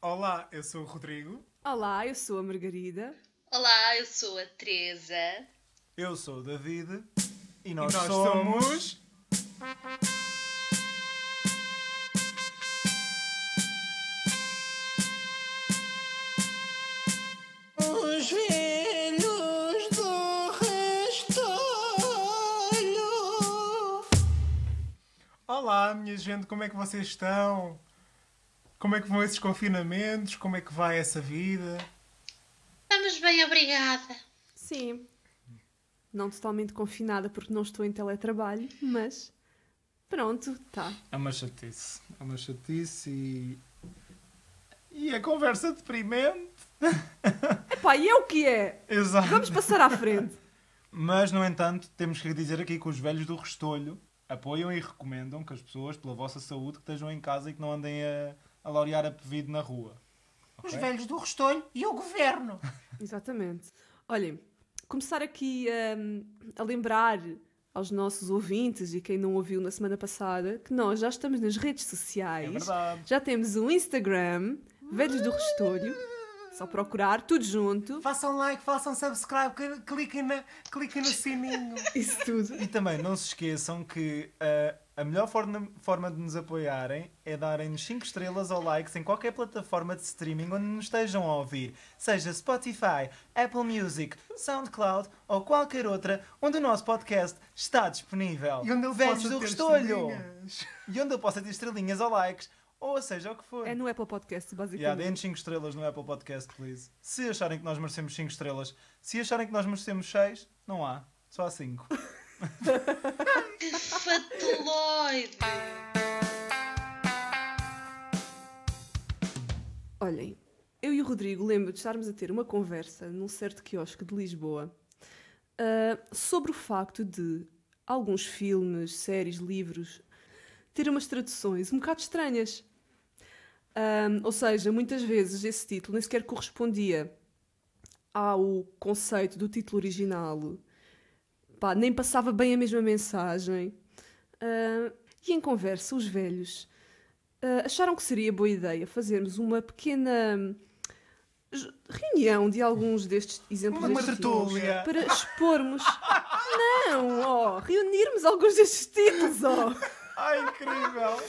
Olá, eu sou o Rodrigo. Olá, eu sou a Margarida. Olá, eu sou a Teresa. Eu sou o David. E nós, somos... Os velhos do restolho. Olá, minha gente, como é que vocês estão? Como é que vão esses confinamentos? Como é que vai essa vida? Estamos bem, obrigada. Sim, não totalmente confinada porque não estou em teletrabalho, mas pronto, tá. É uma chatice. É uma chatice e. E a conversa deprimente. Epá, e é o que é? Exato. Vamos passar à frente. Mas, no entanto, temos que dizer aqui que os velhos do Restolho apoiam e recomendam que as pessoas, pela vossa saúde, que estejam em casa e que não andem a, a laurear a pedido na rua. Os Ok? velhos do restolho e o governo. Exatamente. Olhem, começar aqui hum, a lembrar aos nossos ouvintes e quem não ouviu na semana passada que nós já estamos nas redes É sociais. verdade. já temos um Instagram, Velhos do Restolho. Só procurar, tudo junto. Façam like, façam subscribe, cl- cliquem, na, cliquem no sininho. Isso tudo. E também não se esqueçam que ah, a melhor forma, forma de nos apoiarem é darem-nos 5 estrelas ou likes em qualquer plataforma de streaming onde nos estejam a ouvir, seja Spotify, Apple Music, SoundCloud ou qualquer outra onde o nosso podcast está disponível. E onde ele Velhos possa do ter Restolho! estrelinhas. E onde eu possa ter estrelinhas ou likes, ou seja o que for. É no Apple Podcast, E há basicamente. dentro 5 estrelas no Apple Podcast, please. Se acharem que nós merecemos 5 estrelas, se acharem que nós merecemos 6, não há. Só há 5. Que fatuloide. Olhem, eu e o Rodrigo lembro de estarmos a ter uma conversa num certo quiosque de Lisboa ah, sobre o facto de alguns filmes, séries, livros ter umas traduções um bocado estranhas. Ahm, ou seja, muitas vezes esse título nem sequer correspondia ao conceito do título original, Pá, nem passava bem a mesma mensagem. Ah, e em conversa, os velhos ah, acharam que seria boa ideia fazermos uma pequena hum, j- reunião de alguns destes exemplos Uma destes tertúlia. títulos para expormos. Não, ó, reunirmos alguns destes títulos, ó. Ai, incrível!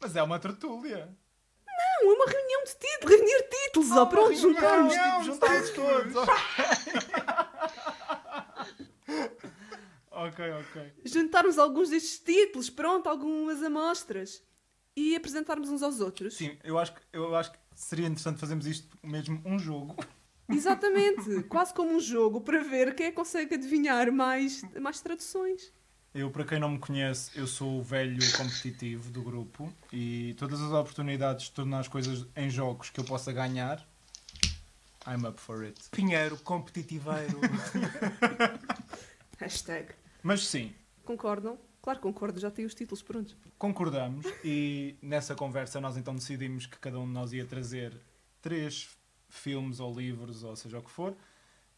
Mas é uma tertúlia. Não, é uma reunião de títulos, reunir títulos, ó, pronto, juntarmos. Ah, reunião. Tipo, juntámos títulos. todos. ok, ok. Juntarmos alguns destes títulos, pronto, algumas amostras e apresentarmos uns aos outros. Sim, eu acho, que, eu acho que seria interessante fazermos isto mesmo um jogo. Exatamente, quase como um jogo para ver quem é que consegue adivinhar mais, mais traduções. Eu, para quem não me conhece, eu sou o velho competitivo do grupo e todas as oportunidades de tornar as coisas em jogos que eu possa ganhar, I'm up for it. Pinheiro, competitiveiro. Hashtag. Mas sim, Concordam? Claro que concordo, já tenho os títulos prontos. concordamos e nessa conversa nós então decidimos que cada um de nós ia trazer três filmes ou livros ou seja o que for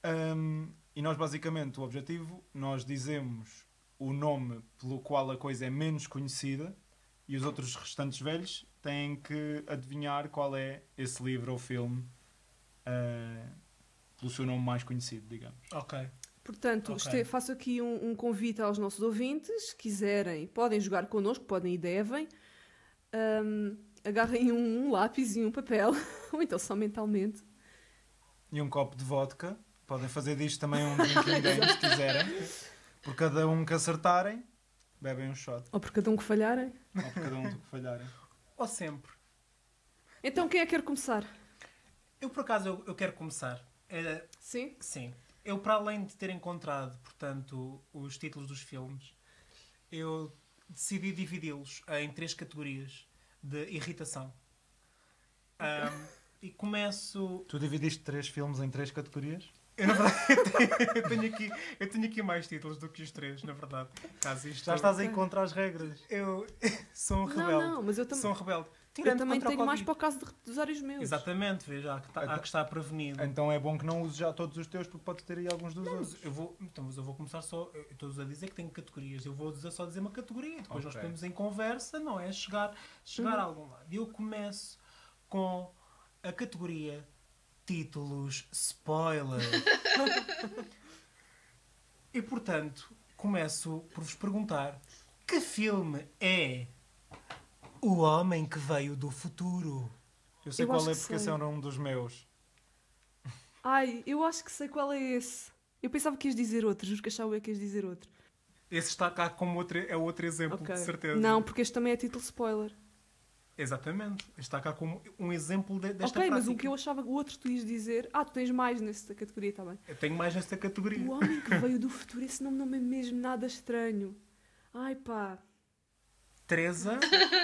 Ahm, e nós basicamente o objetivo nós dizemos o nome pelo qual a coisa é menos conhecida e os outros restantes velhos têm que adivinhar qual é esse livro ou filme ah, pelo seu nome mais conhecido digamos ok. Portanto, Ok. este- faço aqui um, um convite aos nossos ouvintes, se quiserem, podem jogar connosco, podem e devem. Ahm, agarrem um, um lápis e um papel, ou então só mentalmente. e um copo de vodka. Podem fazer disto também um drinking game se quiserem. Por cada um que acertarem, bebem um shot. Ou por cada um que falharem. Ou por cada um que falharem. Ou sempre. Então, quem é que quer começar? Eu, por acaso, eu, eu quero começar. É, Sim? sim. Eu, para além de ter encontrado, portanto, os títulos dos filmes, eu decidi dividi-los em três categorias de irritação. Ahm, e começo... Tu dividiste três filmes em três categorias? Eu, na verdade, eu tenho, aqui, eu tenho aqui mais títulos do que os três, na verdade. Caso isto... Já estás aí contra as regras. Eu sou um Não, rebelde. não, mas eu, tam Sou um rebelde. eu Tirando também contra o tenho mais Covid. para o caso de recusar os meus. Exatamente, veja, há que, tá, há que estar prevenido. Então é bom que não uses já todos os teus, porque podes ter aí alguns dos outros. Eu vou, então, mas eu vou começar só. eu Estou-vos a dizer que tenho categorias. Eu vou dizer- só dizer uma categoria. Depois nós Ok. podemos em conversa, não é? Chegar, chegar Uhum. a algum lado. E Eu começo com a categoria títulos spoiler. e portanto, começo por vos perguntar: que filme é O Homem que Veio do Futuro? Eu sei Eu qual acho é que porque esse sei. era um dos meus. Ai, eu acho que sei qual é esse. Eu pensava que ias dizer outro, juro que achava eu que ias dizer outro. Esse está cá como outro, é outro exemplo, Ok. de certeza. Não, porque este também é título spoiler. Exatamente. Está cá como um exemplo de- desta ok, prática. mas o que eu achava que o outro tu ias dizer. Ah, tu tens mais nessa categoria, está bem. Eu tenho mais nesta categoria. O homem que veio do futuro, esse nome não é mesmo nada estranho. Ai pá, Teresa,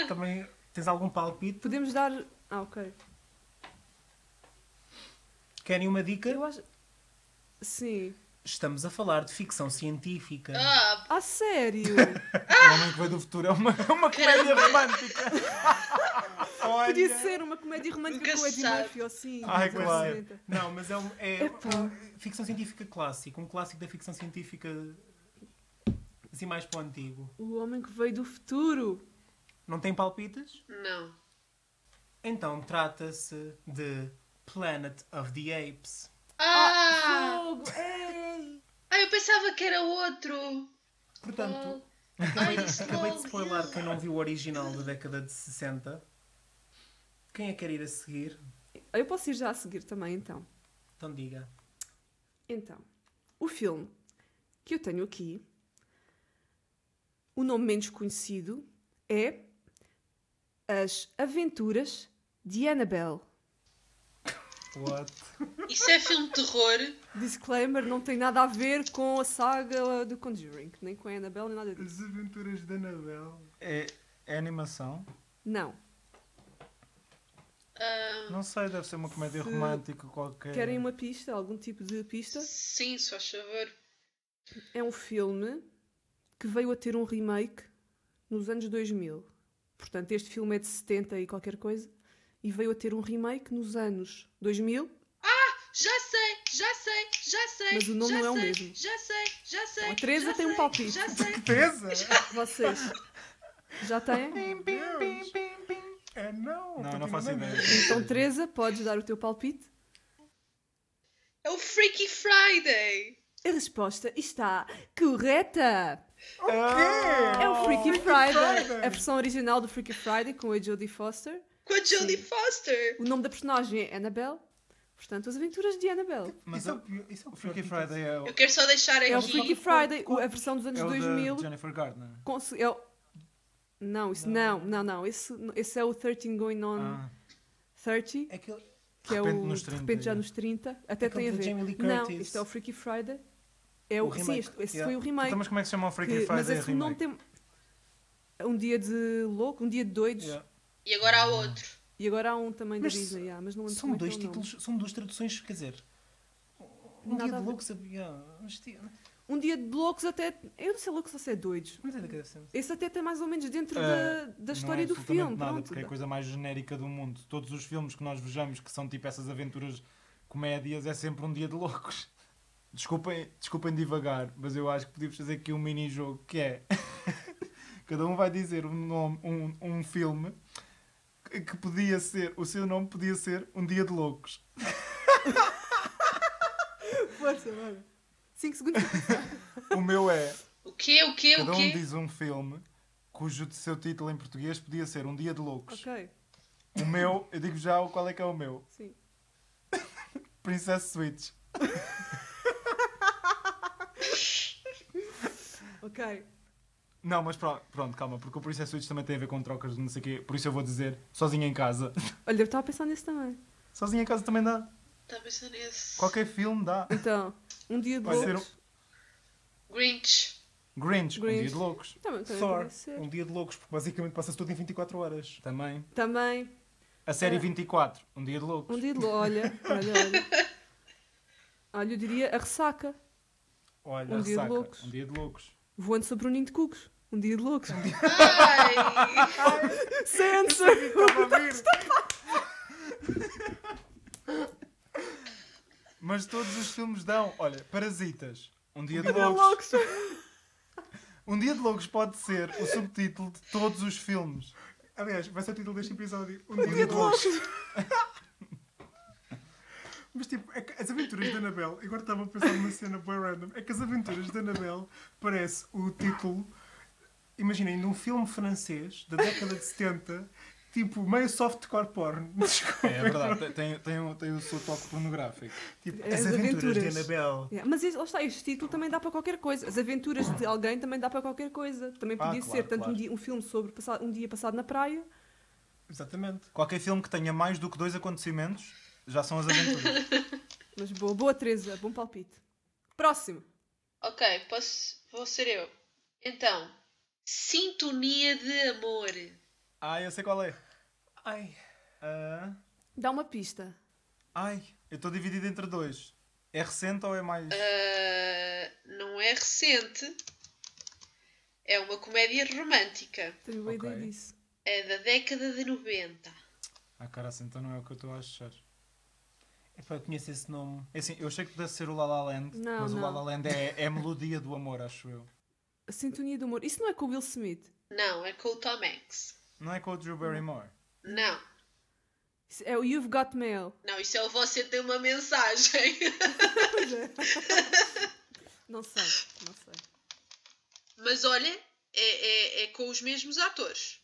também tens algum palpite? podemos dar. Ah, ok. Querem uma dica? Eu acho. Sim. Estamos a falar de ficção científica. Ah, Ah, sério? Ah! O Homem que Veio do Futuro é uma, é uma comédia romântica. Olha. Podia ser uma comédia romântica Nunca com o Eddie sabe. Murphy, ou assim. Ai, dos anos claro. 60. Não, mas é, um, é Epá. ficção científica clássica. Um clássico da ficção científica assim mais para o antigo. O homem que veio do futuro. Não tem palpites? não. Então trata-se de Planet of the Apes. Ah, Fogo! é. Ei! ah, eu pensava que era outro. Portanto, Ah, Ai, disse acabei de logo, spoiler yeah. quem não viu o original da década de 60. Quem é que quer ir a seguir? Eu posso ir já a seguir também, então. Então diga. Então, o filme que eu tenho aqui, o nome menos conhecido, é As Aventuras de Annabelle. What? Isso é filme de terror? Disclaimer, não tem nada a ver com a saga do Conjuring, nem com a Annabelle, nem nada disso. As aventuras da Anabel. É, é animação? Não. Ah, Não sei, deve ser uma comédia Se romântica qualquer. Querem uma pista, algum tipo de pista? sim, se faz favor. É um filme que veio a ter um remake nos anos 2000. Portanto, este filme é de 70 e qualquer coisa. E veio a ter um remake nos anos 2000 Já sei, já sei, já sei. Mas o nome já não é o sei, mesmo. Já sei, já sei. A Teresa já tem um sei, palpite. Já sei. Teresa? Vocês já têm? É não. Não, não faço ideia. Então, Teresa, podes dar o teu palpite? É o Freaky Friday. A resposta está correta! O quê? É o Freaky Friday! A versão original do Freaky Friday com a Jodie Foster. Com a Jodie Foster. O nome da personagem é Annabelle. Portanto, as aventuras de Annabelle. Mas Isso é o o, pior- isso é o o pior Freaky título. Friday é o, Eu quero só deixar aqui. É o Freaky Friday, o- a versão dos anos é o da 2000. Jennifer Gardner. conse- é o- Não, isso não, não, não. Esse, esse é o 13 Going On né? Ah, 30, É que eu- que é repente o nos de repente 30, já é. nos 30. Até Aquele tem a do ver. Jamie Lee não, Curtis. isto é o Freaky Friday. É o, O sim, remake, este, esse yeah. foi o remake. então, mas como é que se chama o Freaky Que- Friday mas esse nome remake? tem um dia de louco, um dia de doidos Yeah. E agora há outro. e agora há um também Mas da Disney, ah, mas não lembro São como é que dois é o nome. títulos, são duas traduções, quer dizer. Um Nada dia a de ver. louco sabia. Mas ti- Um dia de loucos até, eu não sei loucos ou se é doidos. mas é da cabeça. Esse até tem mais ou menos dentro Eh, da, da Não história é do absolutamente filme, nada, pronto. porque é a coisa mais genérica do mundo. Todos os filmes que nós vejamos que são tipo essas aventuras comédias é sempre um dia de loucos. Desculpem, desculpem divagar, mas eu acho que podíamos fazer aqui um mini-jogo que é cada um vai dizer um nome, um, um filme que que podia ser, o seu nome podia ser Um Dia de Loucos. Força, bora. 5 segundos. O meu é O quê? O quê? O Cada um quê? diz um filme cujo seu título em português podia ser Um Dia de Loucos. ok, O meu, eu digo já qual é que é o meu. sim. Princess Switch. Ok. Não, mas pro- pronto, calma, porque o Princess Switch também tem a ver com trocas de não sei o quê. Por isso eu vou dizer, sozinho em casa. Olha, eu estava a pensar nisso também. Sozinho em casa também dá. Tá pensando nesse. Qualquer filme dá. Então, um dia de Vai ser loucos. Grinch. Grinch, Um Grinch. Dia de Loucos. Também, também Thor, podia ser. um dia de loucos, porque basicamente passa-se tudo em 24 horas. Também. Também, A série Ah. 24, Um Dia de um Loucos. dia de loucos. Olha, olha, olha. Olha, eu diria a ressaca. Olha, Um dia de ressaca. loucos. Um dia de loucos. Voando sobre um ninho de cucos. Um dia de loucos. Ai! Censor! Um Mas todos os filmes dão. Olha, Parasitas. Um dia, de Cadê loucos. loucos? Um dia de loucos pode ser o subtítulo de todos os filmes. Aliás, vai ser o título deste episódio. Um Um dia de loucos. Mas tipo, é que as aventuras da Anabel, agora estava a pensar numa cena bem random, é que as aventuras da Anabel parece o título, imaginem, de um filme francês da década de 70, tipo meio softcore porn. É, é verdade, tem- tem, tem, o- tem o seu toque pornográfico. Tipo, É, as as aventuras, aventuras. de Anabel. Yeah, Mas este, lá está, este título também dá para qualquer coisa. As aventuras de alguém também dá para qualquer coisa. Também Ah, podia claro, ser tanto claro. um, dia, um filme sobre passar- um dia passado na praia. Exatamente. Qualquer filme que tenha mais do que dois acontecimentos já são as aventuras. Mas boa, boa Teresa, bom palpite. Próximo. ok, posso. Vou ser eu. Então, sintonia de amor. ah, eu sei qual é. Ai, Ah, Dá uma pista. ai, eu estou dividido entre dois. É recente ou é mais. Ah, não é recente. É uma comédia romântica. Tenho boa Ok. ideia disso. É da década de 90. Ah, cara, assim, então não é o que eu estou a achar. epá, eu conheço esse nome. É assim, eu achei que pudesse ser o La La Land, Não, mas o La não. La Land é, é a melodia do amor, acho eu. A sintonia do humor. Isso não é com o Will Smith. Não, é com o Tom Hanks. Não é com o Drew Barrymore. Não, Isso é o You've Got Mail. não, isso é o Você Tem Uma Mensagem. Não sei, não sei. Mas olha, é, é, é com os mesmos atores.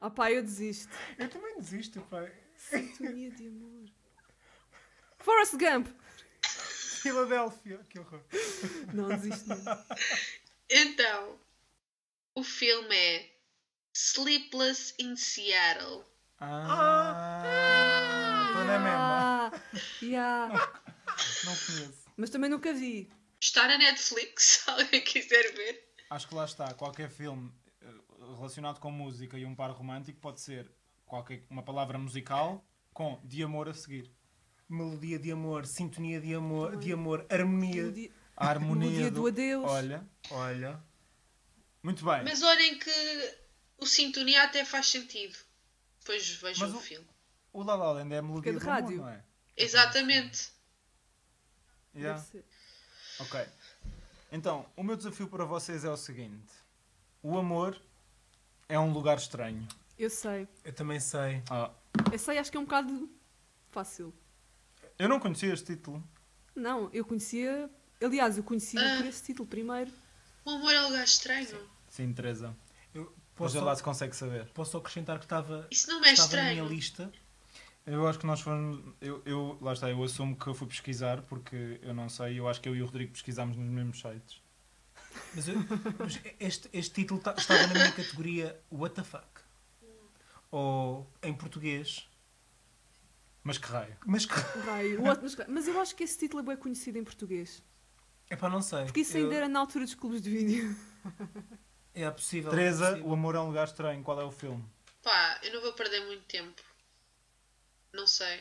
Ah pá, eu desisto. Eu também desisto, pá. Sintonia de amor. Forrest Gump! Filadélfia, que horror. Não desisto não. Então, o filme é Sleepless in Seattle. Ah! Estou na mesma. Ah, yeah. Não conheço. Mas também nunca vi. Está na Netflix, se alguém quiser ver. Acho que lá está. Qualquer filme eh, relacionado com música e um par romântico pode ser qualquer, uma palavra musical com de amor a seguir. Melodia de amor, sintonia de amor, de amor, harmonia. No dia- A harmonia. Melodia do adeus. Olha. Olha. Muito bem. Mas olhem que o sintonia até faz sentido. Depois vejam Mas o o- filme. O La La Land é a melodia de do amor, rádio. não é? Exatamente. Yeah. Deve ser. Ok. Então, o meu desafio para vocês é o seguinte: o amor é um lugar estranho. Eu sei. Eu também sei. Ah, Eu sei, acho que é um bocado fácil. eu não conhecia este título. Não, eu conhecia. Aliás, eu conhecia por esse título primeiro. O amor é um lugar estranho. Sim, Teresa. Eu Pois posso, lá se consegue saber. posso acrescentar que estava, Isso não é estava na minha estranho. lista. Eu acho que nós fomos. Eu, eu, lá está, eu assumo que eu fui pesquisar porque eu não sei. Eu acho que eu e o Rodrigo pesquisámos nos mesmos sites. Mas, eu- mas este, este título ta- estava na minha categoria What the fuck? Ou em português. Mas que raio. Mas que. Vai, o outro- mas, mas eu acho que esse título é bem conhecido em português. Epá, não sei. Porque isso Eu- ainda era na altura dos clubes de vídeo. É possível. Teresa, possível. o amor é um lugar estranho. Qual é o filme? Pá, eu não vou perder muito tempo. Não sei.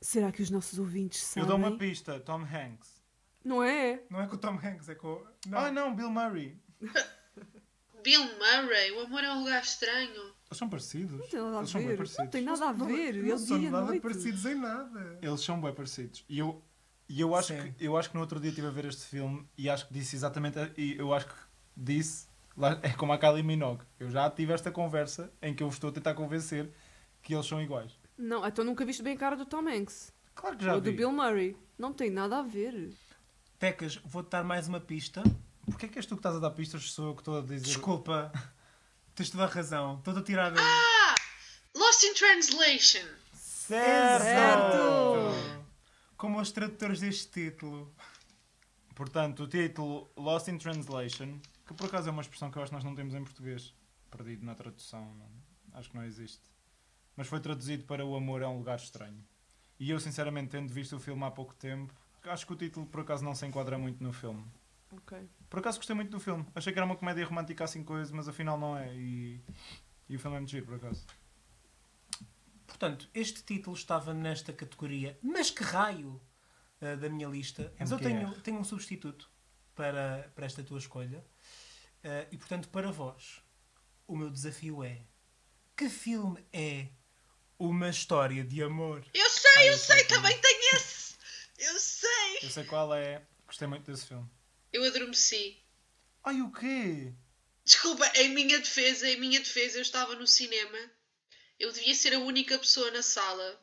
Será que os nossos ouvintes sabem? Eu dou uma pista: Tom Hanks. Não é? Não é com o Tom Hanks, é com. o- Não. Ah, não, Bill Murray. Bill Murray, o amor é um lugar estranho. Eles são parecidos. Não tem nada a Eles são bem ver. Não parecidos. tem nada a Não- ver. não Ele são dia e nada noite. parecidos em nada. Eles são bem parecidos. E eu, e eu, acho Sim. que, eu acho que no outro dia estive a ver este filme e acho que disse exatamente. a- E eu acho que disse. lá- É como a Kylie Minogue. Eu já tive esta conversa em que eu vos estou a tentar convencer que eles são iguais. Não, então nunca viste bem a cara do Tom Hanks. Claro que já ou vi. do Bill Murray. Não tem nada a ver. Tecas, vou-te dar mais uma pista. Porquê é que és tu que estás a dar pistas se sou eu que estou a dizer? Desculpa. Tens toda a razão. Toda tirada. Ah, Lost in Translation. Certo! Certo! Como os tradutores deste título. Portanto, o título Lost in Translation, que por acaso é uma expressão que eu acho que nós não temos em português. Perdido na tradução, não- acho que não existe. Mas foi traduzido para O Amor é um Lugar Estranho. E eu, sinceramente, tendo visto o filme há pouco tempo, acho que o título por acaso não se enquadra muito no filme. Ok. Por acaso gostei muito do filme. Achei que era uma comédia romântica assim coisa, mas afinal não é. E, e o filme é muito giro, por acaso. Portanto, este título estava nesta categoria. Mas que raio! eh, da minha lista. Mas eu MKR. tenho, tenho um substituto para, para esta tua escolha. Eh, e portanto, para vós, o meu desafio é: que filme é uma história de amor? Eu sei, eu eu sei, sei também. também tenho esse. Eu sei. Eu sei qual é. Gostei muito desse filme. Eu adormeci. Ai, o quê? Desculpa, em minha defesa, em minha defesa, eu estava no cinema. Eu devia ser a única pessoa na sala.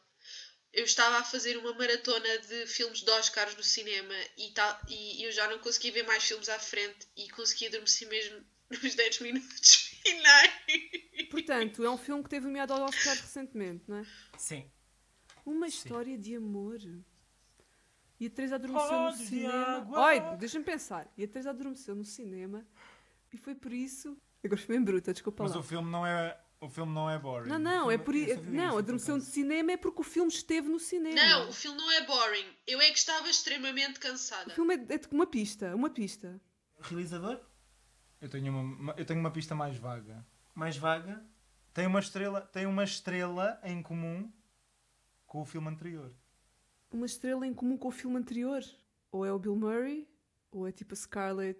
Eu estava a fazer uma maratona de filmes de Oscars no cinema e, ta- e eu já não conseguia ver mais filmes à frente e consegui adormecer mesmo nos 10 minutos finais. Portanto, é um filme que teve nomeado ao Oscar recentemente, não é? Sim. Uma Sim. história de amor. E a Teresa adormeceu Olhos de no cinema. água. Olha, deixa-me pensar. E a Teresa adormeceu no cinema e foi por isso. Agora fui bem bruta, desculpa Mas lá. o filme não é. O filme não é boring. Não, não, é Eu por só vi isso. isso, Não, por adormeceu no acaso. cinema é porque o filme esteve no cinema. Não, o filme não é boring. Eu é que estava extremamente O cansada. filme é, é de- uma pista, uma pista. Realizador? Eu tenho uma, eu tenho uma pista mais vaga. Mais vaga? Tem uma estrela, tem uma estrela em comum com o filme anterior. Uma estrela em comum com o filme anterior. Ou é o Bill Murray, ou é tipo a Scarlett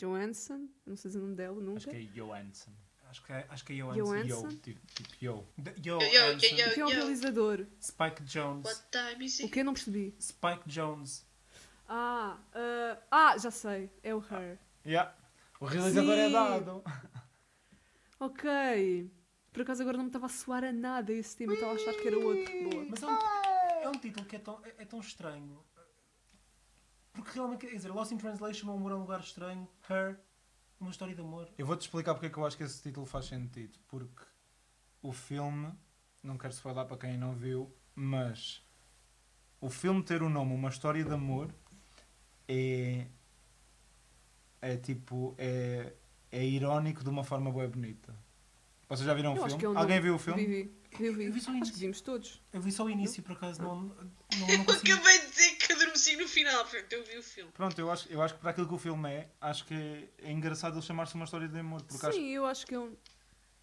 Johansson. Não sei dizer o nome dela Acho nunca. que é Johansson. Acho que, é- acho que é Johansson. Johansson. Yo, tipo, tipo Yo. D- Yo, Yo, yo, Hansen. yo, Que é o Eu- realizador. Spike Jones. What time is O it? que eu não percebi. Spike Jones. Ah, ah, ah, já sei. É o Her. Yeah. O realizador é Sim. dado. Ok. Por acaso agora não me estava a soar a nada esse tema. Eu Estava a achar que era outro. Boa. Mas é um, é um título que é tão, é, é tão estranho. Porque realmente, quer dizer, Lost in Translation, O Amor é um Lugar Estranho, Her, Uma História de Amor. Eu vou-te explicar porque é que eu acho que esse título faz sentido. Porque o filme, não quero spoiler para quem não viu, mas o filme ter o nome Uma História de Amor é. É tipo. É, é irónico de uma forma bem bonita. Vocês já viram o Eu acho que é um filme? Alguém nome. viu o filme? Vi, vi. Eu vi. Eu vi só o Acho início. que vimos todos. Eu vi só o início, por acaso, não, não, é não Eu consegui. acabei de dizer que adormeci no final, portanto eu vi o filme. Pronto, eu acho, eu acho que para aquilo que o filme é, acho que é engraçado ele chamar-se Uma História de Amor. Porque Sim, acho que eu acho que é um,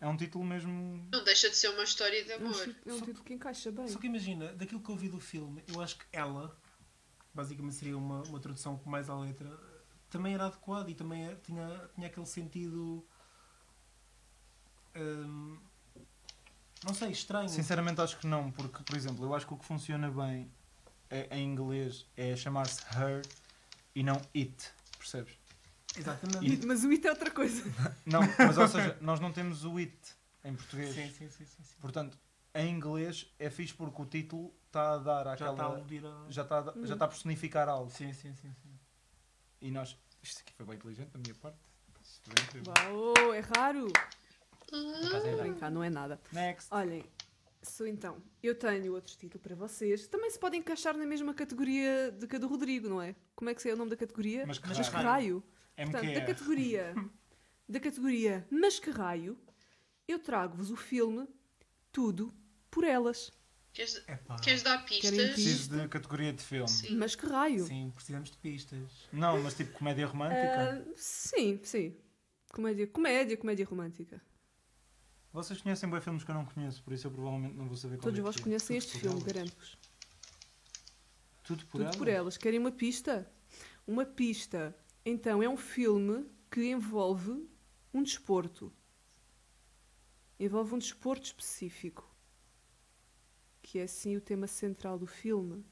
é um título mesmo. Não deixa de ser uma história de é um, amor. chi- é um título que encaixa bem. Só que imagina, daquilo que eu vi do filme, eu acho que ela, basicamente seria uma, uma tradução com mais à letra, também era adequada e também é- tinha, tinha aquele sentido. hum, não sei, estranho. Sinceramente acho que não, porque, por exemplo, eu acho que o que funciona bem é- em inglês é chamar-se her e não it, percebes? Exatamente. E- Mas o it é outra coisa. Não, mas ou seja, nós não temos o it em português. Sim, sim, sim, sim, sim. Portanto, em inglês é fixe porque o título está um- a dar Já está a àquela. aludir a. Já está a, já Hum. está a personificar algo. Sim, sim, sim. sim. E nós. Isto aqui foi bem inteligente da minha parte. Isto foi incrível. Uau, é raro. Por acaso é bem. Brincar, não é nada. Next. Olhem, sou então. Eu tenho outro título para vocês. Também se podem encaixar na mesma categoria do que a do Rodrigo, não é? Como é que é o nome da categoria? Mas que Mas raio. é? raio. Raio. Portanto, da MKR. categoria, da categoria Mas que Raio, eu trago-vos o filme Tudo por Elas. Queres, Epá. queres dar Querem pistas? pistas? Preciso de categoria de filme. Sim. Mas que Raio. Sim, precisamos de pistas. Não, mas tipo comédia romântica. Ah, sim, sim. Comédia, comédia, comédia romântica. Vocês conhecem bem filmes que eu não conheço, por isso eu provavelmente não vou saber qual Todos é que vós é. conhecem Tudo este por filme, elas. garanto-vos. Tudo por Tudo elas? por elas. Querem uma pista? Uma pista. Então, é um filme que envolve um desporto. Envolve um desporto específico. Que é, assim, o tema central do filme.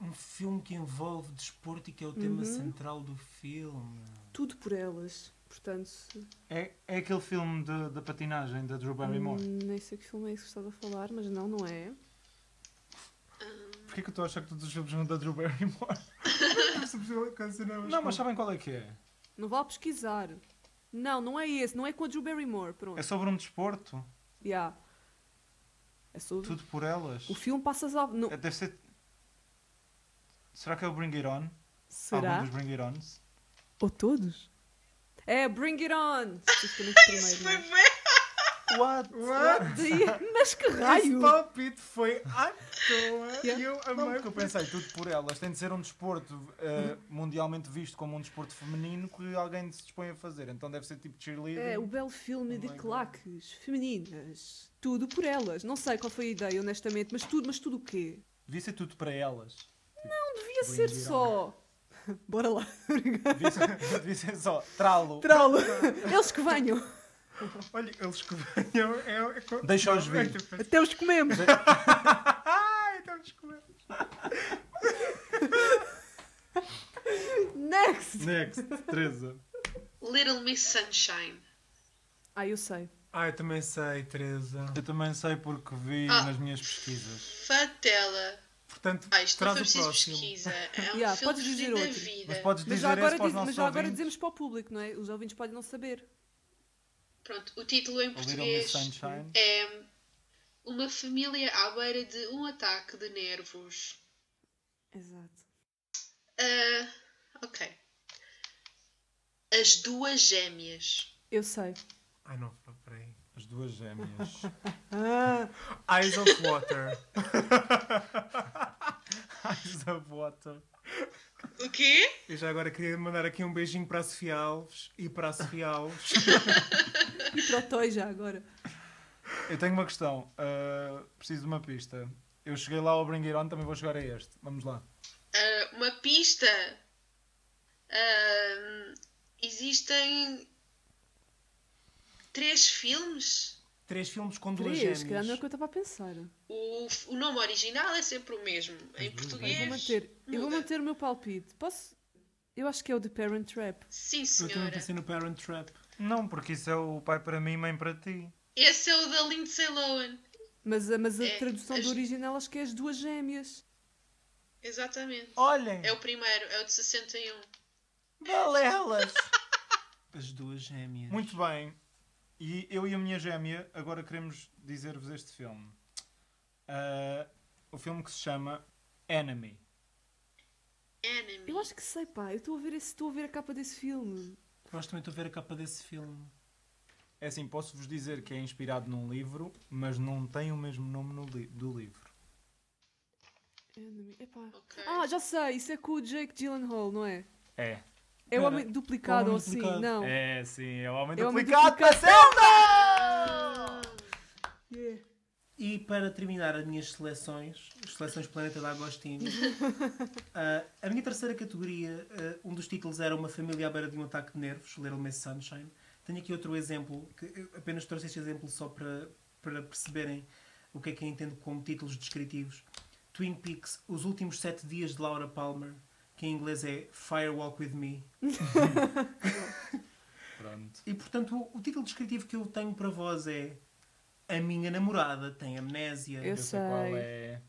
Um filme que envolve desporto e que é o Uhum. tema central do filme. Tudo por elas. Portanto, se- É, é aquele filme de- da patinagem da Drew Barrymore. hum, nem sei que filme é esse que estás a falar, mas não, não é. Porquê que eu estou a achar que todos os filmes são da Drew Barrymore? Não, Não, mas sabem qual é que é? Não vá pesquisar. Não, não é esse. Não é com a Drew Barrymore. Pronto. É sobre um desporto? Yeah. É sobre... Tudo por elas? O filme passa-se ao... Não. É, Deve ser... Será que é o Bring It On? Será? Algum dos Bring It Ons? Ou todos? É, Bring It On! Especificamente primeiro, não Foi é? bem. What? What? De- Mas que raio! Esse palpite foi à toa Yeah. e eu Não, amei. porque eu pensei, tudo por elas. Tem de ser um desporto eh, Hum. mundialmente visto como um desporto feminino que alguém se dispõe a fazer. Então deve ser tipo cheerleading. É, o belo filme Oh de my God. claques femininas. Tudo por elas. Não sei qual foi a ideia, honestamente, mas tudo, mas tudo o quê? Devia ser tudo para elas. Não devia Vou ser girar. só. Bora lá. Devia ser, devia ser só tralo. Traulo. Eles que venham. Olha, eles que venham. É, é, co- Deixa-os Não, é vir. tipo, Até os comemos. Ai, estamos comendo. é- Next. Next, Teresa. Little Miss Sunshine. Ah, eu sei. Ah, eu também sei, Teresa. Eu também sei porque vi Ah. nas minhas pesquisas. Fatela. Portanto, Ah, isto não traz foi o preciso próximo. pesquisa. É um Yeah, filme podes dizer perdido na outro. vida. Mas podes É. dizer Mas já agora, esse para os diz- mas nossos já agora ouvintes? dizemos para o público, não é? Os ouvintes podem não saber. Pronto, o título é em A Little Miss português Sunshine. é Uma família à beira de um ataque de nervos. Exato. Ah, ok. As duas gêmeas. Eu sei. Ai não, pá, peraí. As duas gêmeas. Ah, Eyes of Water. Eyes of water. O quê? Eu já agora queria mandar aqui um beijinho para a Sofia Alves e para a Sofia Alves. e para o Toy já agora. Eu tenho uma questão. Ah, preciso de uma pista. Eu cheguei lá ao Bring It On, também vou chegar a este. Vamos lá. Ah, uma pista. Ah, existem três filmes. Três filmes com duas Três, se calhar não é o gêmeas. que eu estava a pensar. O, o nome original é sempre o mesmo. Em Eu português. vou manter, eu vou muda. manter o meu palpite. Posso? Eu acho que é o The Parent Trap. Sim, Eu também senhora. pensei no Parent Trap. Não, porque isso é o pai para mim e mãe para ti. Esse é o da Lindsay Lohan. Mas, a- mas a É, tradução as- do original acho que é as duas gêmeas. Exatamente. Olhem, É o primeiro, é o de 61. é balelas. As duas gêmeas. Muito bem. E eu e a minha gêmea agora queremos dizer-vos este filme. Ah, o filme que se chama Enemy. Enemy. Eu acho que sei, pá. Eu estou a ver esse, estou a ver a capa desse filme. Nós também estou a ver a capa desse filme. É assim, posso-vos dizer que é inspirado num livro, mas não tem o mesmo nome no li- do livro. Enemy. Epá. Ok. Ah, já sei. Isso é com o Jake Gyllenhaal, não é? É. É o Pera, homem duplicado o ou homem assim? duplicado. Não. É, sim, é o Homem É o Homem Duplicado da Duplicado. Selva! Yeah. E para terminar as minhas seleções, as seleções Planeta da Agostinho, ah, a minha terceira categoria, ah, um dos títulos era Uma Família à Beira de um Ataque de Nervos, Little Miss Sunshine. Tenho aqui outro exemplo, que eu apenas trouxe este exemplo só para, para perceberem o que é que eu entendo como títulos descritivos. Twin Peaks, Os Últimos Sete Dias de Laura Palmer, que em inglês é Firewalk With Me. Pronto. E portanto, o, o título descritivo que eu tenho para vós é A Minha Namorada Tem Amnésia. Eu Eu sei qual sei. é.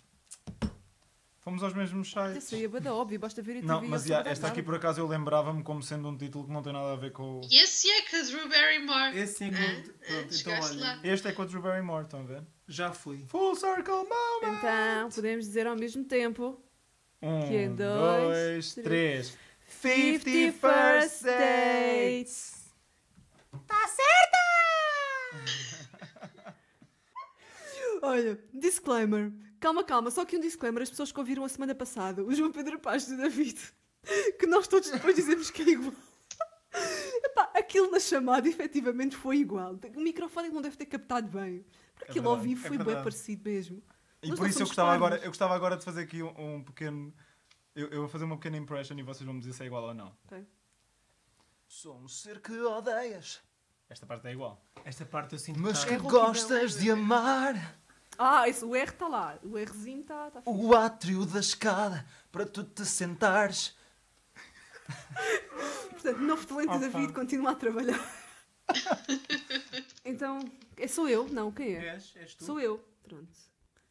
Fomos aos mesmos Eu sites. sei, é bada óbvio. Basta ver a TV Não, e mas eu sou já, esta badalada. aqui por acaso eu lembrava-me como sendo um título que não tem nada a ver com. o- E esse é que a Drew Barrymore. Esse é que Ah, eu- pronto, então chegaste olha, lá. Este é com o Drew Barrymore, estão a ver? já fui. Full Circle Moment! Então, podemos dizer ao mesmo tempo. Um, Que é dois, dois, três. 50 First Dates. Olha, disclaimer. Calma, calma, só que um disclaimer. As pessoas que ouviram a semana passada, o João Pedro Paz e o David, que nós todos depois dizemos que é igual. Epá, aquilo na chamada efetivamente foi igual. O microfone é não deve ter captado bem. Porque aquilo ao verdade, vivo é foi bem verdade. parecido mesmo. E Nós por não isso eu somos gostava, parvos. agora, eu gostava agora de fazer aqui um, um pequeno. Eu, eu vou fazer uma pequena impression e vocês vão me dizer se é igual ou não. Ok. Sou um ser que odeias. Esta parte é igual. Esta parte eu sinto Mas que que tá- gostas de amar. Ah, esse, o R está lá. O Rzinho está. Tá. O átrio da escada para tu te sentares. Portanto, novo talento da David continua a trabalhar. então, é, sou eu? Não, quem é? És, és tu. Sou eu. Pronto.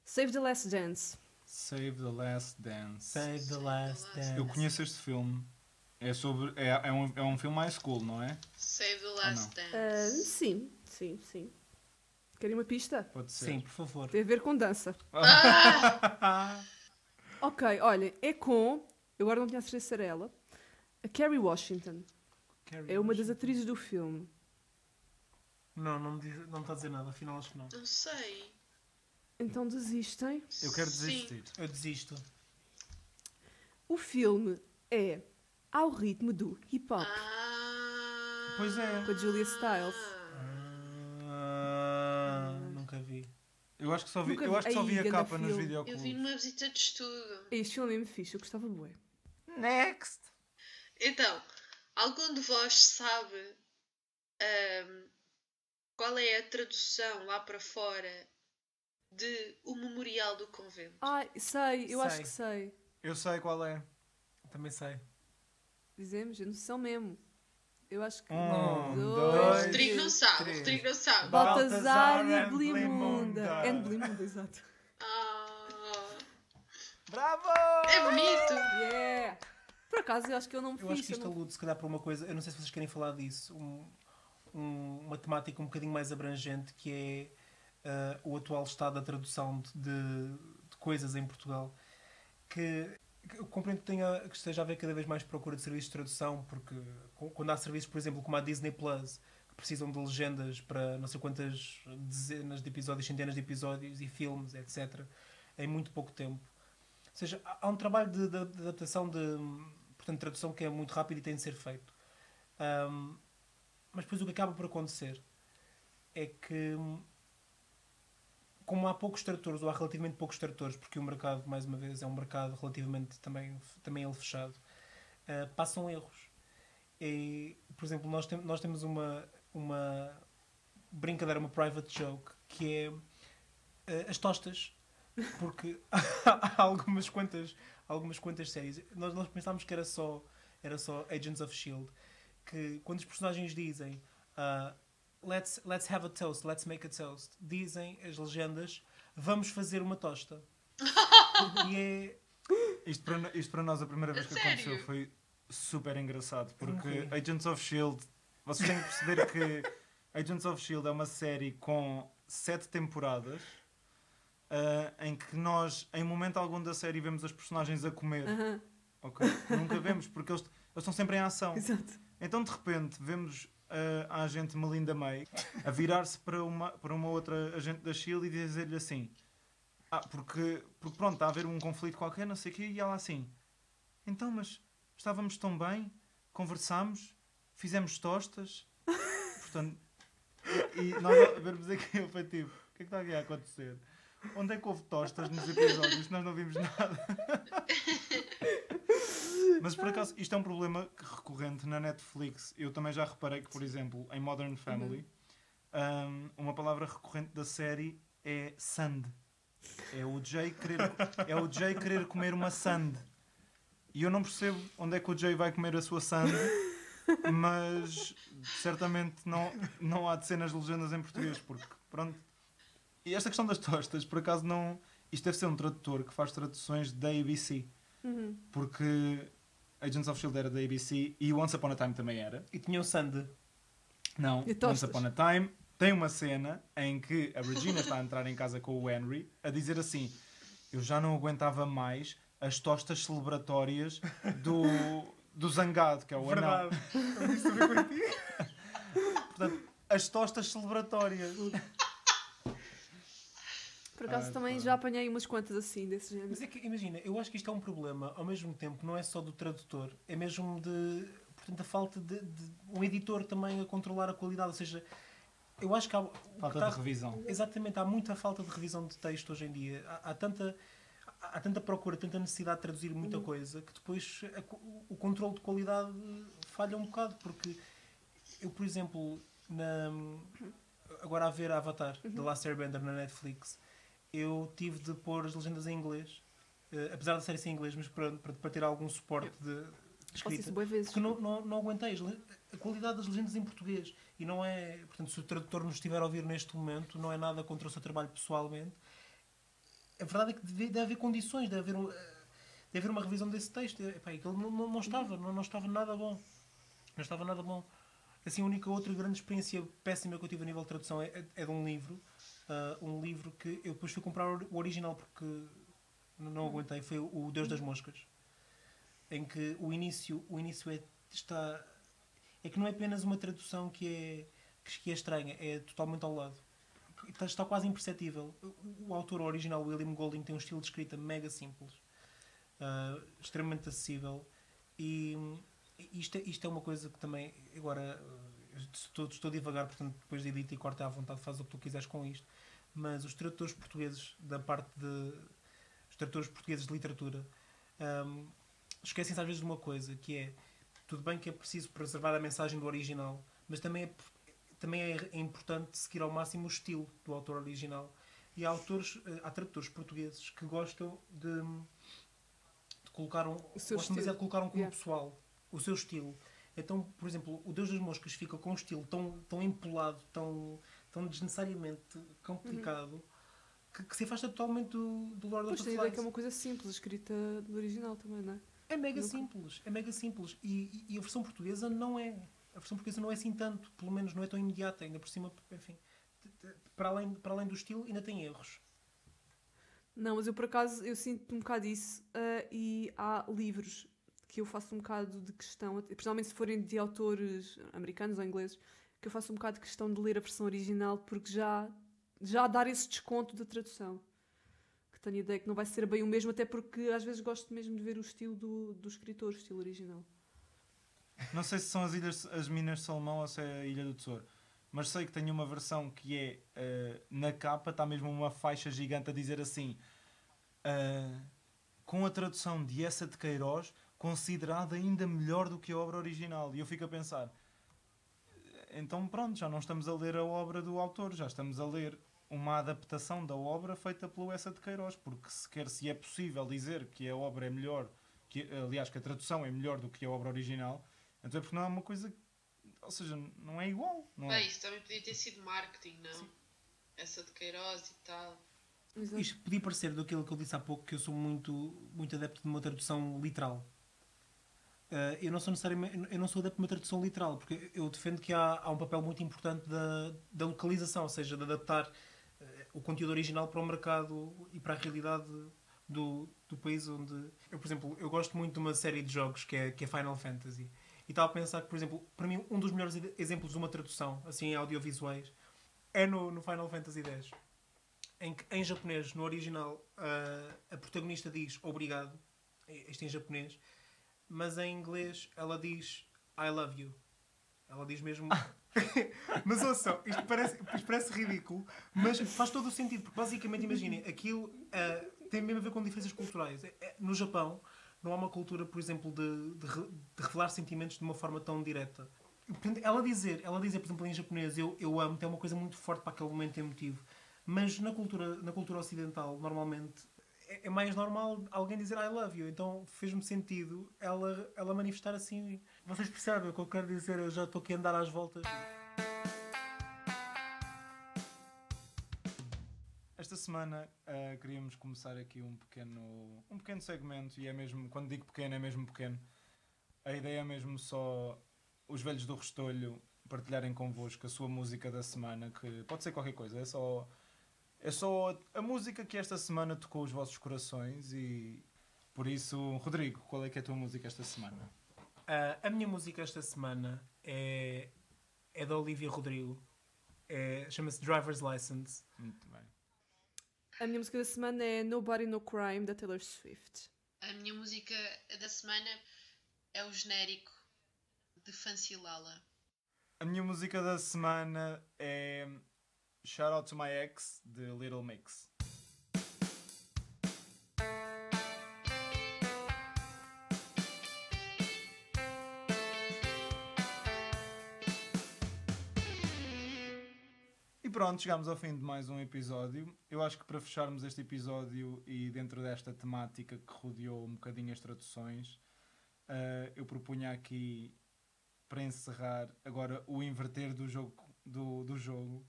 Save the Last Dance. Save the Last Dance. Save the last dance. Eu conheço este filme. É sobre. É, é, um, é um filme high school, não é? Save the Last Ah, Dance. sim, sim, sim. Querem uma pista? Pode ser. Sim, por favor. Tem a ver com dança. Ah, Ok, olha, é com. Eu agora não tinha a certeza se era ela. A Kerry Washington. É uma das atrizes do filme. Não, não me, diz, não me está a dizer nada, afinal acho que não. não sei. Então desistem. Eu quero Sim. desistir. Eu desisto. O filme é ao ritmo do hip hop. Ah. Pois é. Com a Julia Stiles. Ah, nunca vi. Eu Eu acho que só vi, Nunca eu acho que só vi- vi Ai, a ganda capa nos filme. Eu videoclubes. vi numa visita de estudo. Este filme é mesmo fixe, eu gostava bué. Next! Então, algum de vós sabe ahm, qual é a tradução lá para fora de O Memorial do Convento? Ai, sei, eu acho Sei. que sei. Eu sei qual é. Também sei. Dizemos, eu não são mesmo. Eu acho que. Um, o dois, Rodrigo não sabe, três. o Rodrigo não sabe. Baltazar Baltazar e and Blimunda. Blimunda. And Blimunda, exato. Ah, Bravo! é bonito! Yeah! Por acaso, eu acho que eu não me Eu acho fiz. que isto não... alude, se calhar, para uma coisa. Eu não sei se vocês querem falar disso. um- um- uma temática um bocadinho mais abrangente que é ah, o atual estado da tradução de, de- de coisas em Portugal. Que, que eu compreendo que, tenha, que esteja a haver cada vez mais procura de serviços de tradução, porque co- quando há serviços, por exemplo, como a Disney Plus, que precisam de legendas para não sei quantas dezenas de episódios, centenas de episódios e filmes, etc., em muito pouco tempo. Ou seja, há há um trabalho de, de- de adaptação, de, portanto, tradução que é muito rápido e tem de ser feito. Ahm, mas depois o que acaba por acontecer é que, como há poucos tradutores, ou há relativamente poucos tradutores, porque o mercado, mais uma vez, é um mercado relativamente também, também ele fechado, ah, passam erros. E, por exemplo, nós, tem- nós temos uma, uma brincadeira, uma private joke, que é ah, as tostas porque há algumas quantas, algumas quantas séries. Nós, nós pensámos que era só, era só Agents of Shield, que quando os personagens dizem ah, let's, let's have a toast, let's make a toast, dizem as legendas vamos fazer uma tosta. e é Isto para, isto para nós a primeira vez A que sério? aconteceu foi super engraçado porque morri. Agents of Shield, vocês têm que perceber que Agents of Shield é uma série com sete temporadas ah, em que nós, em momento algum da série, vemos os personagens a comer. Aham, ok? Nunca vemos, porque eles, eles estão sempre em ação. Exato. Então de repente vemos ah, a agente Melinda May a virar-se para uma, para uma outra agente da Shield e dizer-lhe assim: Ah, porque, porque pronto, está a haver um conflito qualquer, não sei o quê, e ela assim: Então, mas estávamos tão bem, conversámos, fizemos tostas, portanto. E e nós a vermos aquilo foi tipo: O que é que está aqui a acontecer? Onde é que houve tostas nos episódios? Nós não vimos nada. Mas por acaso, isto é um problema que- recorrente na Netflix. Eu também já reparei que, por exemplo, em Modern Family, hum, uma palavra recorrente da série é sand. É o Jay querer, é o Jay querer comer uma sand. E eu não percebo onde é que o Jay vai comer a sua sand, mas certamente não, não há de ser nas legendas em português, porque pronto. E esta questão das tostas, por acaso não. Isto deve ser um tradutor que faz traduções da ABC Uhum. porque Agents of Shield era da ABC e Once Upon a Time também era. e tinha o Sandy. Não, E Once tostas. Upon a Time tem uma cena em que a Regina está a entrar em casa com o Henry a dizer assim: Eu já não aguentava mais as tostas celebratórias do, do Zangado, que é o anão. Verdade. Eu vi isso também contigo. Portanto, as tostas celebratórias. Por acaso Ah, também pá. já apanhei umas quantas assim, desse género. Mas é que, imagina, eu acho que isto é um problema, ao mesmo tempo, não é só do tradutor, é mesmo de. Portanto, a falta de, de um editor também a controlar a qualidade. Ou seja, eu acho que há. o que Falta está- de revisão. Exatamente, há muita falta de revisão de texto hoje em dia. Há, há tanta, há há tanta procura, tanta necessidade de traduzir muita coisa que depois a co- o controle de qualidade falha um bocado. Porque eu, por exemplo, na, agora a ver Avatar, The Last Airbender na Netflix, eu tive de pôr as legendas em inglês, eh, apesar da série ser em inglês, mas para, para, para ter algum suporte de de Faço isso escrita. boas vezes. Porque não, não, não aguentei as le- a qualidade das legendas em português. E não é. Portanto, se o tradutor nos estiver a ouvir neste momento, não é nada contra o seu trabalho pessoalmente. A verdade é que deve, deve haver condições, deve haver, um, eh, deve haver uma revisão desse texto. Epá, aquilo não, não, não estava, não, não estava nada bom. Não estava nada bom. Assim, a única outra grande experiência péssima que eu tive a nível de tradução é, é- é de um livro. Ah, um livro que eu depois fui comprar o ori- o original porque n- não aguentei. Foi o Deus das Moscas. Em que o início, o início é, está... É que não é apenas uma tradução que é, que- que é estranha. É totalmente ao lado. Está, está quase imperceptível. O, o autor original, William Golding, tem um estilo de escrita mega simples. ah, extremamente acessível. E... Isto, é- isto é uma coisa que também, agora, eh, estou, estou devagar, portanto, depois edita e corta à vontade, faz o que tu quiseres com isto. mas os tradutores portugueses da parte de os tradutores portugueses de literatura hum, esquecem-se às vezes de uma coisa que é tudo bem que é preciso preservar a mensagem do original mas também é, também é importante seguir ao máximo o estilo do autor original e há autores eh, há tradutores portugueses que gostam de, de colocar um O seu gostam demasiado estilo. de colocar um cunho Yeah. pessoal o seu estilo então por exemplo o Deus das Moscas fica com um estilo tão tão empolado tão tão desnecessariamente complicado que, que se afasta totalmente do, do Lord Pois of the tem a ideia que é Flies. uma coisa simples, escrita do original também, não é? É mega Nunca. simples, é mega simples. E, e- e a versão portuguesa não é. A versão portuguesa não é assim tanto, pelo menos não é tão imediata, ainda por cima, enfim. t- t- Para além, para além do estilo, ainda tem erros. Não, mas eu por acaso eu sinto um bocado isso ah, e há livros que eu faço um bocado de questão, até- principalmente se forem de autores americanos ou ingleses, que eu faço um bocado de questão de ler a versão original porque já já dar esse desconto da tradução. Que tenho a ideia que não vai ser bem o mesmo, até porque às vezes gosto mesmo de ver o estilo do, do escritor, o estilo original. Não sei se são as ilhas, as Minas de Salomão ou se é a Ilha do Tesouro. Mas sei que tem uma versão que é eh, na capa, está mesmo uma faixa gigante a dizer assim: ah, com a tradução de essa de Queiroz, considerada ainda melhor do que a obra original. E eu fico a pensar: então pronto, já não estamos a ler a obra do autor, já estamos a ler uma adaptação da obra feita pelo essa de Queiroz, porque sequer se é possível dizer que a obra é melhor, que, aliás, que a tradução é melhor do que a obra original, então é porque não é uma coisa. Ou seja, não é igual. Não é? Bem, isso também podia ter sido marketing, não? Essa de Queiroz e tal. Exato. Isto podia parecer daquilo que eu disse há pouco, que eu sou muito, muito adepto de uma tradução literal. Ah, eu não sou necessariamente, eu não sou adepto de uma tradução literal, porque eu defendo que há, há um papel muito importante da, da localização, ou seja, de adaptar eh, o conteúdo original para o mercado e para a realidade do, do país onde. Eu, por exemplo, eu gosto muito de uma série de jogos que é, que é Final Fantasy. E estava a pensar que, por exemplo, para mim, um dos melhores ide- exemplos de uma tradução, assim, em audiovisuais, é no, no Final Fantasy X. Em que, em japonês, no original, a- a protagonista diz obrigado, isto em japonês, mas em inglês ela diz I love you. Ela diz mesmo. Mas ouçam, isto parece, isto parece ridículo, Mas faz todo o sentido, porque basicamente, imaginem, aquilo ah, tem mesmo a ver com diferenças culturais. É- é- No Japão, não há uma cultura, por exemplo, de, de re- de revelar sentimentos de uma forma tão direta. E, portanto, Ela dizer, ela dizer, por exemplo, em japonês, eu, eu amo, é uma coisa muito forte para aquele momento emotivo. Mas na cultura, na cultura ocidental, normalmente, é, é mais normal alguém dizer I love you. Então fez-me sentido ela, ela manifestar assim. Vocês percebem o que eu quero dizer? Eu já estou aqui a andar às voltas. Esta semana ah, queríamos começar aqui um pequeno, um pequeno segmento, e é mesmo, quando digo pequeno, é mesmo pequeno. A ideia é mesmo só os velhos do Restolho partilharem convosco a sua música da semana, que pode ser qualquer coisa, é só, é só a música que esta semana tocou os vossos corações e. Por isso, Rodrigo, qual é que é a tua música esta semana? Ah, a minha música esta semana é, é da Olivia Rodrigo. É- Chama-se Driver's License. Muito bem. A minha música da semana é Nobody No Crime, da Taylor Swift. A minha música da semana é o genérico de Fancy Lala. A minha música da semana é Shout Out to My Ex, de Little Mix. E pronto, chegámos ao fim de mais um episódio. Eu acho que para fecharmos este episódio e dentro desta temática que rodeou um bocadinho as traduções, eh, eu propunha aqui para encerrar agora o inverter do jogo, do, do jogo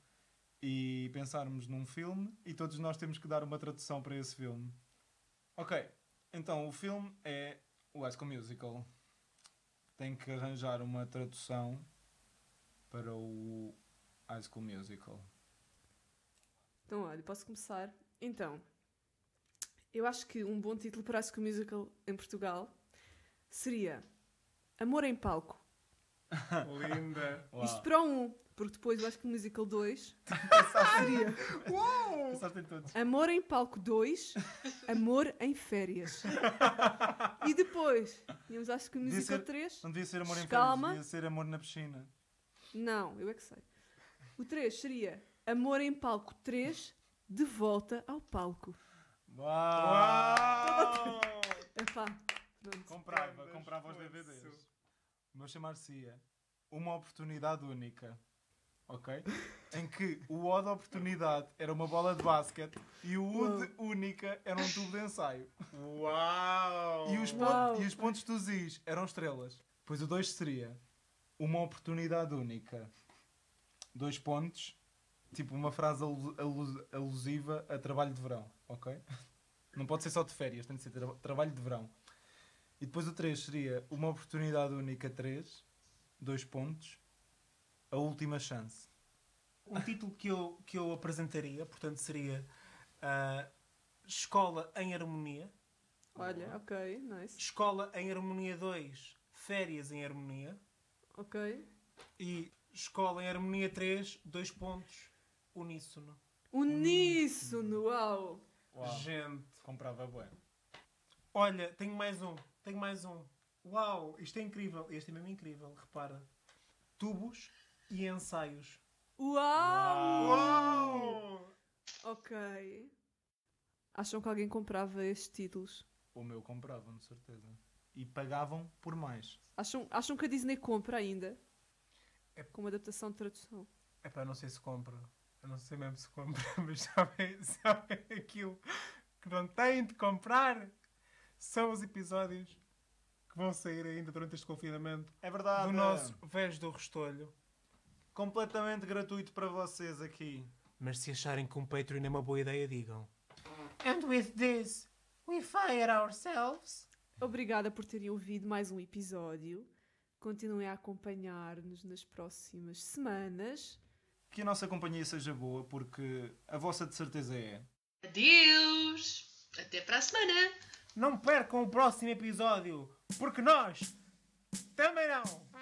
e pensarmos num filme e todos nós temos que dar uma tradução para esse filme. Ok, então o filme é o High School Musical. Tem que arranjar uma tradução para o High School Musical. Então, olha, posso começar? Então, eu acho que um bom título para High School Musical em Portugal seria Amor em Palco. linda. Uau. Isto para o um, porque depois eu acho que o Musical 2 seria Pensaste em todos. Amor em Palco 2, Amor em Férias. E depois, tínhamos acho que o Devia Musical ser- 3. Não devia ser amor em Calma. Calma. devia ser amor na piscina. Não, eu é que sei. O 3 seria Amor em Palco 3, de volta ao palco. Uau! Epá, pronto. comprava, Grandes comprava os esforço. DVDs. O meu chamar-se-ia Uma Oportunidade Única. Ok? em que o O da oportunidade era uma bola de basquete e o U de única era um tubo de ensaio. Uau! E os, pon- Uau. e os pontos dos Is eram estrelas. Pois o 2 seria uma oportunidade única. Dois pontos, tipo uma frase alu- alu- alusiva a trabalho de verão, ok? Não pode ser só de férias, tem de ser tra- trabalho de verão. E depois o 3 seria uma oportunidade única 3, dois pontos, a última chance. Um título que eu, que eu apresentaria, portanto, seria ah, Escola em Harmonia. Olha, ok, nice. Escola em Harmonia 2, Férias em Harmonia. Ok. E Escola em Harmonia 3, dois pontos, uníssono. Uníssono, uau! Gente. Comprava bué. Olha, tenho mais um. Tenho mais um. Uau, isto é incrível. Este é mesmo incrível, repara. Tubos e ensaios. Uau! Uau! Ok. Acham que alguém comprava estes títulos? O meu compravam, de certeza. E pagavam por mais. Acham, acham que a Disney compra ainda? Como adaptação de tradução. Epá, não sei se compra. Eu não sei mesmo se compra, mas sabem, sabem aquilo que não têm de comprar. São os episódios que vão sair ainda durante este confinamento É verdade! do nosso Vejo do Restolho. completamente gratuito para vocês aqui. Mas se acharem que um Patreon é uma boa ideia, digam. And with this, we fire ourselves. Obrigada por terem ouvido mais um episódio. Continuem a acompanhar-nos nas próximas semanas. Que a nossa companhia seja boa, porque a vossa de certeza é. Adeus! Até para a semana! Não percam o próximo episódio, porque nós Também não!